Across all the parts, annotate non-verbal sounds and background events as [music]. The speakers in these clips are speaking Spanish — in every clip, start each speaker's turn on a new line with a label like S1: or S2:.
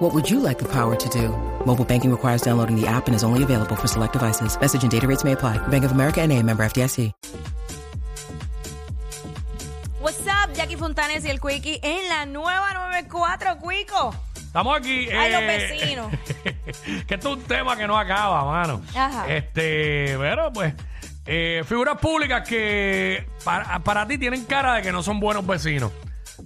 S1: What would you like the power to do? Mobile banking requires downloading the app and is only available for select devices. Message and data rates may apply. Bank of America and a member FDIC.
S2: What's up, Jackie Fontanes y el Quickie en la nueva 94, Quico.
S3: Estamos aquí. eh,
S2: Ay, los vecinos.
S3: [laughs] que esto es un tema que no acaba, mano.
S2: Ajá.
S3: Este, pero pues, eh, figuras públicas que para, para ti tienen cara de que no son buenos vecinos.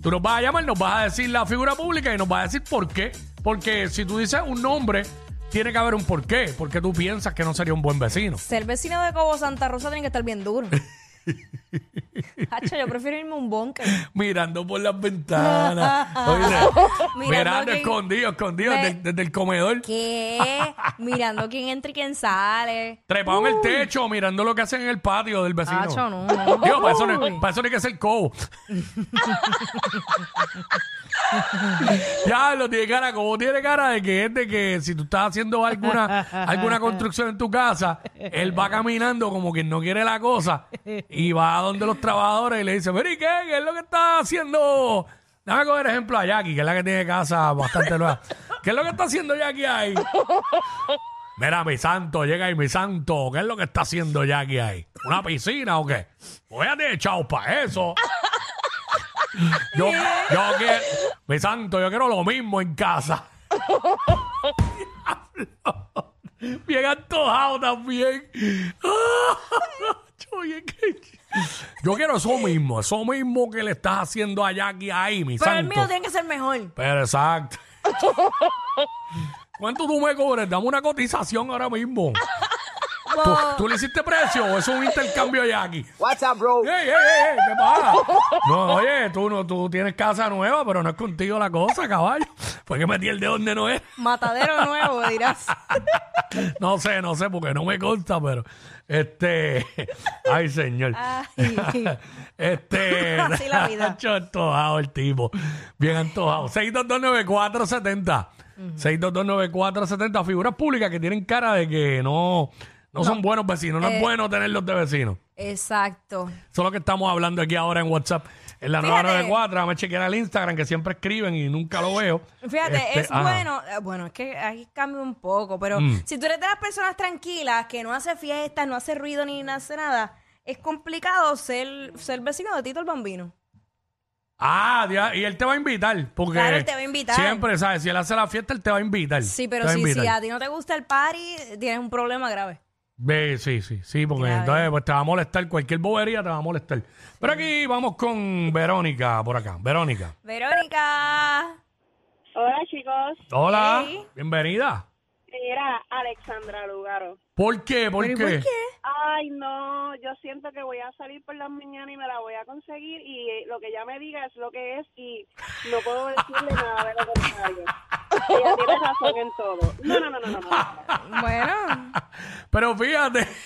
S3: Tú nos vas a llamar, nos vas a decir la figura pública y nos vas a decir por qué. Porque si tú dices un nombre, tiene que haber un por qué. Porque tú piensas que no sería un buen vecino.
S2: Ser vecino de Cobo Santa Rosa tiene que estar bien
S3: [laughs]
S2: duro. Hacho, yo prefiero irme a un bunker.
S3: Mirando por las
S2: [laughs]
S3: ventanas. Oye,
S2: Mirando
S3: mirando
S2: quién-
S3: escondido, escondido
S2: Me-
S3: desde, desde el comedor. [laughs]
S2: ¿Qué? Mirando quién entra y quién sale.
S3: Trepado en el techo, mirando lo que hacen en el patio del vecino.
S2: Hacho,
S3: [laughs]
S2: no.
S3: Digo, para eso, no,
S2: Uy.
S3: para eso no hay que ser cobo. [laughs] ya lo tiene cara, como tiene cara de que es de que si tú estás haciendo alguna, alguna construcción en tu casa, él va caminando como quien no quiere la cosa y va a donde los trabajadores y le dice, pero ¿y qué? ¿Qué es lo que estás haciendo? Dame coger ejemplo a Jackie, que es la que tiene casa bastante nueva. ¿Qué es lo que está haciendo Jackie ahí? Mira, mi santo, llega ahí mi santo. ¿Qué es lo que está haciendo Jackie ahí? ¿Una piscina o qué? Pues Voy a tener chao para eso. Yo, yo quiero, mi santo, yo quiero lo mismo en casa. [laughs] Diablo. Bien antojado también. [laughs] Yo, oye, que- yo quiero eso mismo, eso mismo que le estás haciendo a Jackie ahí, mi
S2: Pero el
S3: santo.
S2: mío tiene que ser mejor.
S3: Pero exacto. ¿Cuánto tú me cobres? Dame una cotización ahora mismo. ¿Tú, tú le hiciste precio o es un intercambio ya aquí?
S4: What's up, bro?
S3: ¡Ey, ey, ey! ey, ¿Qué pasa? No, oye, tú, no, tú tienes casa nueva, pero no es contigo la cosa, caballo. Fue que metí el de donde no es.
S2: Matadero nuevo, dirás.
S3: No sé, no sé, porque no me consta, pero... Este... [laughs] Ay, señor.
S2: Ay.
S3: [laughs]
S2: [laughs]
S3: Este.
S2: Así la vida.
S3: [laughs] Nacho, antojado el tipo. Bien antojado. 6229470. 6229470. Figuras públicas que tienen cara de que no, no, son buenos vecinos. No
S2: Eh.
S3: es bueno tenerlos de vecinos.
S2: Exacto.
S3: Eso es lo que estamos hablando aquí ahora en WhatsApp. En la
S2: Fíjate.
S3: 994. Dame chequear al Instagram que siempre escriben y nunca lo veo.
S2: Fíjate,
S3: Este,
S2: es
S3: ajá.
S2: bueno, eh, bueno, es que ahí cambia un poco, pero
S3: Mm.
S2: si tú eres de las personas tranquilas, que no hace fiestas, no hace ruido ni hace nada, es complicado ser, ser vecino de Tito el Bambino.
S3: Ah, ya, y él te va a invitar. Porque
S2: Claro, él te va a invitar.
S3: Siempre, ¿sabes? Si él hace la fiesta, él te va a invitar.
S2: Sí,
S3: Te
S2: pero
S3: va a
S2: si,
S3: invitar.
S2: si a ti no te gusta el party, tienes un problema grave.
S3: Eh, sí, sí, sí, porque
S2: Grave.
S3: entonces pues, te va a molestar, cualquier bobería te va a molestar. Pero aquí vamos con Verónica por acá. Verónica.
S2: Verónica.
S5: Hola chicos,
S3: Hola,
S2: Hey.
S3: bienvenida.
S5: era Alexandra Lugaro.
S3: ¿Por qué? ¿Por qué?
S5: Ay no, yo siento que voy a salir por las mañanas y me la voy a conseguir y eh, lo que ella me diga es lo que es y no puedo decirle nada de lo contrario. Ella tiene razón en todo. No, no, no, no, no. no.
S3: [laughs]
S2: Bueno,
S3: Pero fíjate, [laughs]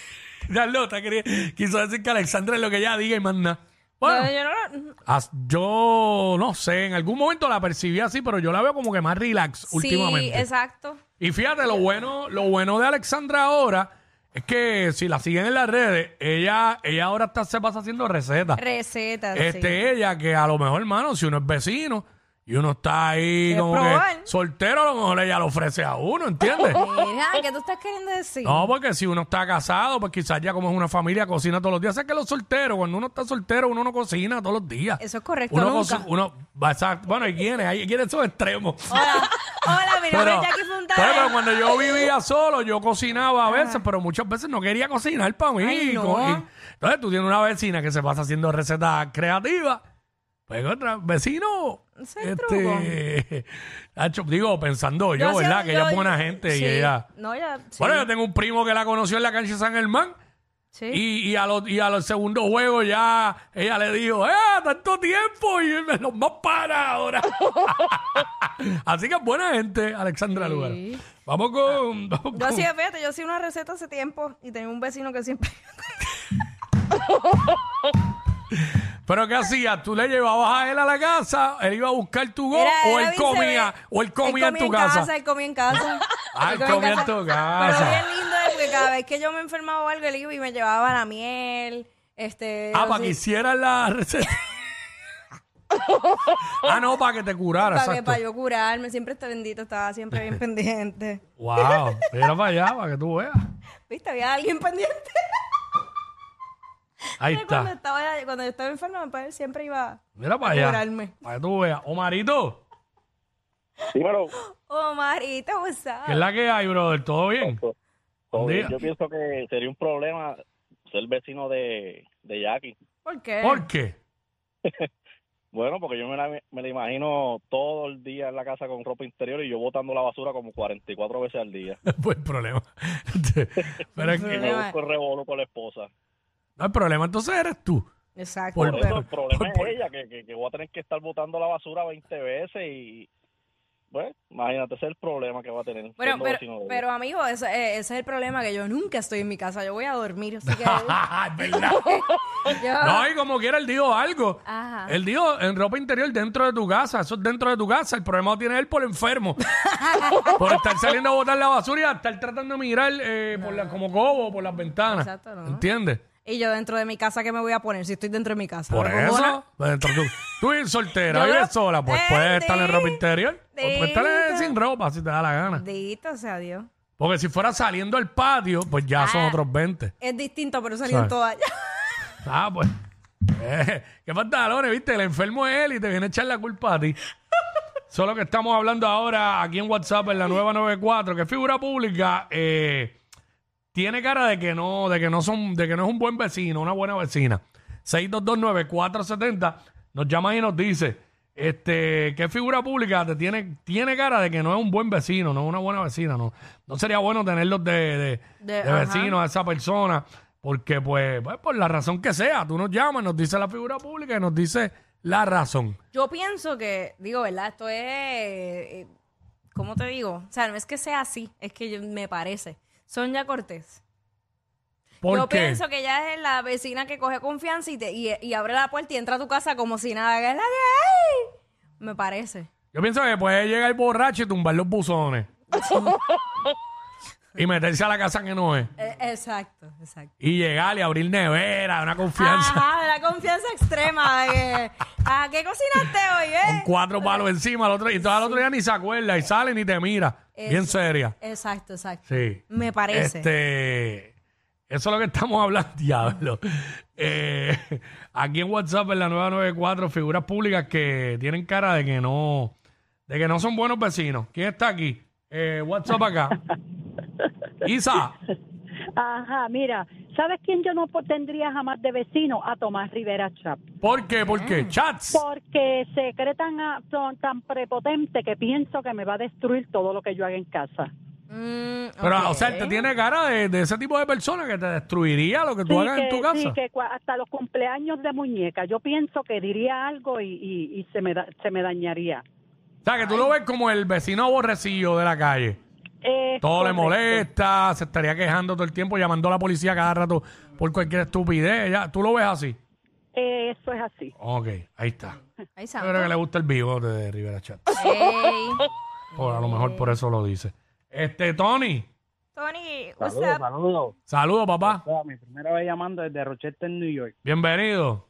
S3: Carlota quería, quiso decir que Alexandra es lo que ella diga y más nada.
S2: yo-
S3: Bueno,
S2: yo no-
S3: as- yo no sé, en algún momento la percibí así, pero yo la veo como que más relax
S2: Sí,
S3: últimamente.
S2: exacto.
S3: Y fíjate, lo bueno, lo bueno de Alexandra ahora es que si la siguen en las redes, ella, ella ahora está, se pasa haciendo recetas.
S2: Recetas. sí.
S3: este ella que a lo mejor hermano si uno es vecino y uno está ahí
S2: Es
S3: como que
S2: probar.
S3: soltero a lo mejor ella lo ofrece a
S2: [laughs]
S3: uno ¿entiendes?
S2: Mira, ¿qué tú estás queriendo decir?
S3: no porque si uno está casado pues quizás ya como es una familia cocina todos los días sé que los solteros cuando uno está soltero uno no cocina todos los días
S2: Eso es correcto,
S3: uno
S2: nunca.
S3: coci- uno va a- bueno hay quienes hay quienes son extremos
S2: Hola, hola, mi nombre
S3: pero,
S2: es Jackie
S3: pero- pero
S2: Fontana.
S3: cuando yo vivía solo, yo cocinaba a veces, pero muchas veces no quería cocinar para mí.
S2: Ay, no.
S3: Co- y- entonces tú tienes una vecina que se pasa haciendo recetas creativas. Pues otra, vecino. este,
S2: Ese es el
S3: [laughs] Nacho, digo, pensando yo,
S2: hacía-
S3: ¿verdad? Que ella
S2: yo-
S3: es buena gente
S2: sí.
S3: y ella.
S2: No, ya. sí,
S3: Bueno, yo tengo un primo que la conoció en la cancha de San Germán.
S2: sí.
S3: Y, y a los, y a los segundo juego ya ella le dijo, ¡eh, tanto tiempo! Y él me los más para ahora. [laughs] Así que buena gente, Alexandra Lugaro. Vamos con... vamos
S2: Yo
S3: con-
S2: hacía, fíjate, yo hacía una receta hace tiempo y tenía un vecino que siempre.
S3: Pero ¿qué hacías? ¿Tú le llevabas a él a la casa? ¿Él iba a buscar tu go?
S2: Era-
S3: ¿O
S2: era
S3: él comía?
S2: viceversa.
S3: ¿O él comía en tu
S2: en
S3: casa?
S2: Él comía en
S3: [laughs]
S2: casa.
S3: Ah, él comía en tu casa.
S2: Pero bien lindo es porque cada vez que yo me enfermaba o algo, él iba y me llevaba la miel. Este,
S3: Ah,
S2: o
S3: para que
S2: sea,
S3: hicieras la receta.
S2: [laughs]
S3: ah, no, para que te curara,
S2: para que
S3: exacto.
S2: para yo curarme. Siempre está bendito, estaba siempre
S3: [laughs]
S2: bien pendiente.
S3: Wow, era para allá, para que tú veas.
S2: ¿Viste? Había alguien pendiente.
S3: Ahí
S2: Cuando,
S3: está.
S2: estaba, cuando yo estaba enferma, pues él siempre iba.
S3: Mira para allá.
S2: curarme.
S3: Para que tú veas. Omarito,
S4: Dímelo.
S2: Oh, Marita, what's up?
S3: ¿qué es la que hay, brother? ¿Todo bien?
S4: Todo
S3: Buen
S4: bien.
S3: día.
S4: Yo pienso que sería un problema ser vecino de, de Jackie.
S2: ¿Por qué?
S3: ¿Por qué? [laughs]
S4: Bueno, porque yo me la, me la imagino todo el día en la casa con ropa interior y yo botando la basura como 44 veces al día.
S3: Pues problema. [laughs] Pero es
S4: Y
S3: que
S4: me
S2: Problema.
S4: busco el revolú con la esposa.
S3: no hay problema, entonces eres
S2: [laughs]
S3: tú.
S2: Exacto.
S3: Por-
S4: Por
S2: pero-
S4: eso el problema
S3: por-
S4: es ella, que, que, que voy a tener que estar botando la basura 20 veces y... Bueno, imagínate, ese es el problema que va a tener.
S2: Bueno,
S4: siendo
S2: pero,
S4: vecino de ella.
S2: pero amigo, ese, eh, ese es el problema, que yo nunca estoy en mi casa, yo voy a dormir, así
S3: [laughs]
S2: que...
S3: es verdad.
S2: yo- [laughs]
S3: No, eh. y como quiera, él dijo algo.
S2: Ajá.
S3: Él dijo en ropa interior dentro de tu casa. Eso es dentro de tu casa. El problema lo tiene él por
S2: [laughs]
S3: enfermo. por estar saliendo a botar la basura y a estar tratando de migrar eh, por la- como cobo por las ventanas.
S2: Exacto, no. Ah,
S3: ¿Entiendes?
S2: Y yo dentro de mi casa, ¿qué me voy a poner si estoy dentro de mi casa?
S3: Por
S2: ¿Me pongo
S3: eso.
S2: una-
S3: dentro de tu- tú eres soltera,
S2: Yo
S3: vives
S2: creo-
S3: sola. Pues
S2: Eh,
S3: puedes estar en
S2: sí.
S3: ropa interior. O puedes estar
S2: Sí.
S3: sin ropa si te da la gana.
S2: Dito sea Dios.
S3: Porque si fuera saliendo al patio, pues ya son
S2: Ah.
S3: otros 20.
S2: Es distinto, pero salió en
S3: Sabe.
S2: toalla.
S3: Ah, pues. [laughs] Eh, ¿Qué pantalones, viste? El enfermo es él y te viene a echar la culpa a ti. Solo que estamos hablando ahora aquí en WhatsApp en la nueva 94, que figura pública eh, tiene cara de que no, de que no son, de que no es un buen vecino, una buena vecina. 6229470 nos llama y nos dice, este, ¿qué figura pública te tiene, tiene cara de que no es un buen vecino, no es una buena vecina, no? No sería bueno tenerlos de, de,
S2: De-
S3: de
S2: ajá.
S3: vecinos a esa persona, porque pues, pues, por la razón que sea, tú nos llamas, nos dice la figura pública y nos dice la razón.
S2: [laughs] Yo pienso que, digo, ¿verdad? Esto es... eh, ¿Cómo te digo? O sea, no es que sea así, es que yo- me parece. Sonia Cortés.
S3: ¿Por
S2: yo
S3: qué?
S2: pienso que ella es la vecina que coge confianza y, te, y, y abre la puerta y entra a tu casa como si nada. ¿Qué es la que hay? Me parece.
S3: Yo pienso que puede llegar borracho y tumbar los buzones. y meterse a la casa que no es.
S2: Eh, exacto, exacto.
S3: Y llegar y abrir nevera, una confianza.
S2: Ajá, de la confianza extrema. de que, ah, ¿qué cocinaste hoy,
S3: Con
S2: eh?
S3: cuatro palos encima al otro, y todo al otro día ni se acuerda y sale ni te mira.
S2: Es-
S3: Bien seria.
S2: Exacto, exacto.
S3: Sí.
S2: Me parece.
S3: Este, eso es lo que estamos hablando, [laughs] diablo. Eh, aquí en WhatsApp, en la 994, figuras públicas que tienen cara de que no, de que no son buenos vecinos. ¿Quién está aquí? Eh, WhatsApp
S6: [laughs]
S3: acá. Isa.
S6: Ajá, mira, ¿sabes quién yo no po- tendría jamás de vecino? A Tomás Rivera Chap.
S3: ¿Por qué? ¿Por qué? Chats.
S6: Porque se cree tan, a- tan- tan prepotente que pienso que me va a destruir todo lo que yo haga en casa.
S2: Mm,
S3: Pero,
S2: ok.
S3: o sea, te tiene cara de, de ese tipo de persona que te destruiría lo que tú
S6: Sí,
S3: hagas en
S6: que-
S3: tu casa.
S6: sí, que cua- hasta los cumpleaños de muñeca, yo pienso que diría algo y, y- y se, me da- se me dañaría.
S3: O sea, que tú lo ves como el vecino aborrecido de la calle.
S6: Es
S3: Todo le
S6: correcto.
S3: molesta, se estaría quejando todo el tiempo, llamando a la policía cada rato por cualquier estupidez. Ya, tú lo ves así.
S6: Eh, eso es así.
S3: Ok, ahí está.
S2: Ay,
S3: Yo
S2: santo.
S3: creo que le gusta el bigote de Rivera Chat.
S2: Ey.
S3: Por, a lo mejor por eso lo dice. Este, Tony,
S2: Tony, what's
S4: Saludos,
S2: up?
S4: saludos.
S3: saludos, papá.
S4: Esta es Mi primera vez llamando desde Rochester, New York.
S3: Bienvenido.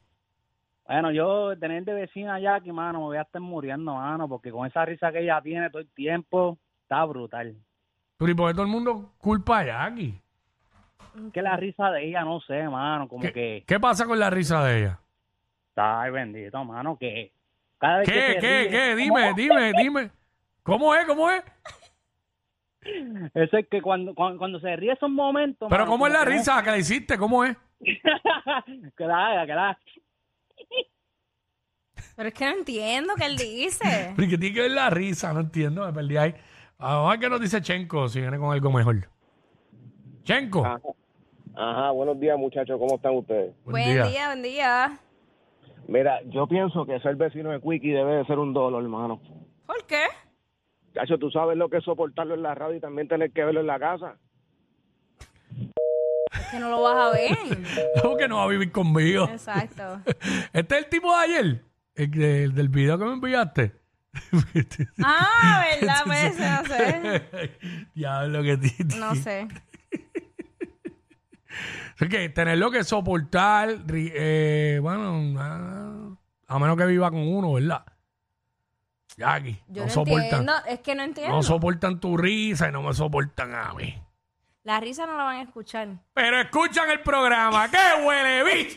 S4: Bueno, yo tener de vecina Jackie, mano, me voy a estar muriendo, mano, porque con esa risa que ella tiene todo el tiempo, está brutal.
S3: Pero ¿y por qué todo el mundo culpa a Jackie?
S4: Que la risa de ella, no sé, mano, como
S3: ¿Qué,
S4: que,
S3: qué pasa con la risa de ella?
S4: ay, bendito, mano, que cada vez
S3: ¿Qué,
S4: que se
S3: qué,
S4: ríe-
S3: qué? Dime, dime, dime. ¿Cómo es? ¿Cómo es?
S4: [laughs] Eso es que cuando, cuando, cuando se ríe esos momentos.
S3: Pero
S4: mano,
S3: ¿cómo es
S4: como
S3: la
S4: que no-
S3: risa que le hiciste? ¿Cómo es?
S4: [laughs] que la haga, que la haga.
S2: Pero es que no entiendo qué él dice.
S3: Porque tiene que ver la risa, no entiendo, me perdí ahí. Ah, Vamos a ver qué nos dice Chenco, si viene con algo mejor. Chenco,
S7: Ajá. Ajá, buenos días muchachos, ¿cómo están ustedes?
S3: [laughs] buen día. [laughs]
S2: buen día.
S7: Mira, yo pienso que ser vecino de Quickie debe de ser un dolor, hermano.
S2: ¿Por qué?
S7: Cacho, tú sabes lo que es soportarlo en la radio y también tener que verlo en la casa.
S2: que no lo vas a ver.
S3: Porque [laughs] no va a vivir conmigo.
S2: Exacto.
S3: [laughs] Este es el tipo de ayer, el, que- el del video que me enviaste.
S2: Ah, ¿verdad?
S3: [laughs]
S2: Puede ser, no sé.
S3: Diablo que ti- ti-
S2: No sé.
S3: Es que tenerlo que soportar, ri- eh, bueno, na- a menos que viva con uno, ¿verdad? Jackie,
S2: Yo
S3: no,
S2: no,
S3: soportan.
S2: entiendo. Es que no entiendo.
S3: No soportan tu risa y no me soportan a mí.
S2: La risa no la van a escuchar.
S3: Pero escuchan el programa. ¡Qué huele, bicho!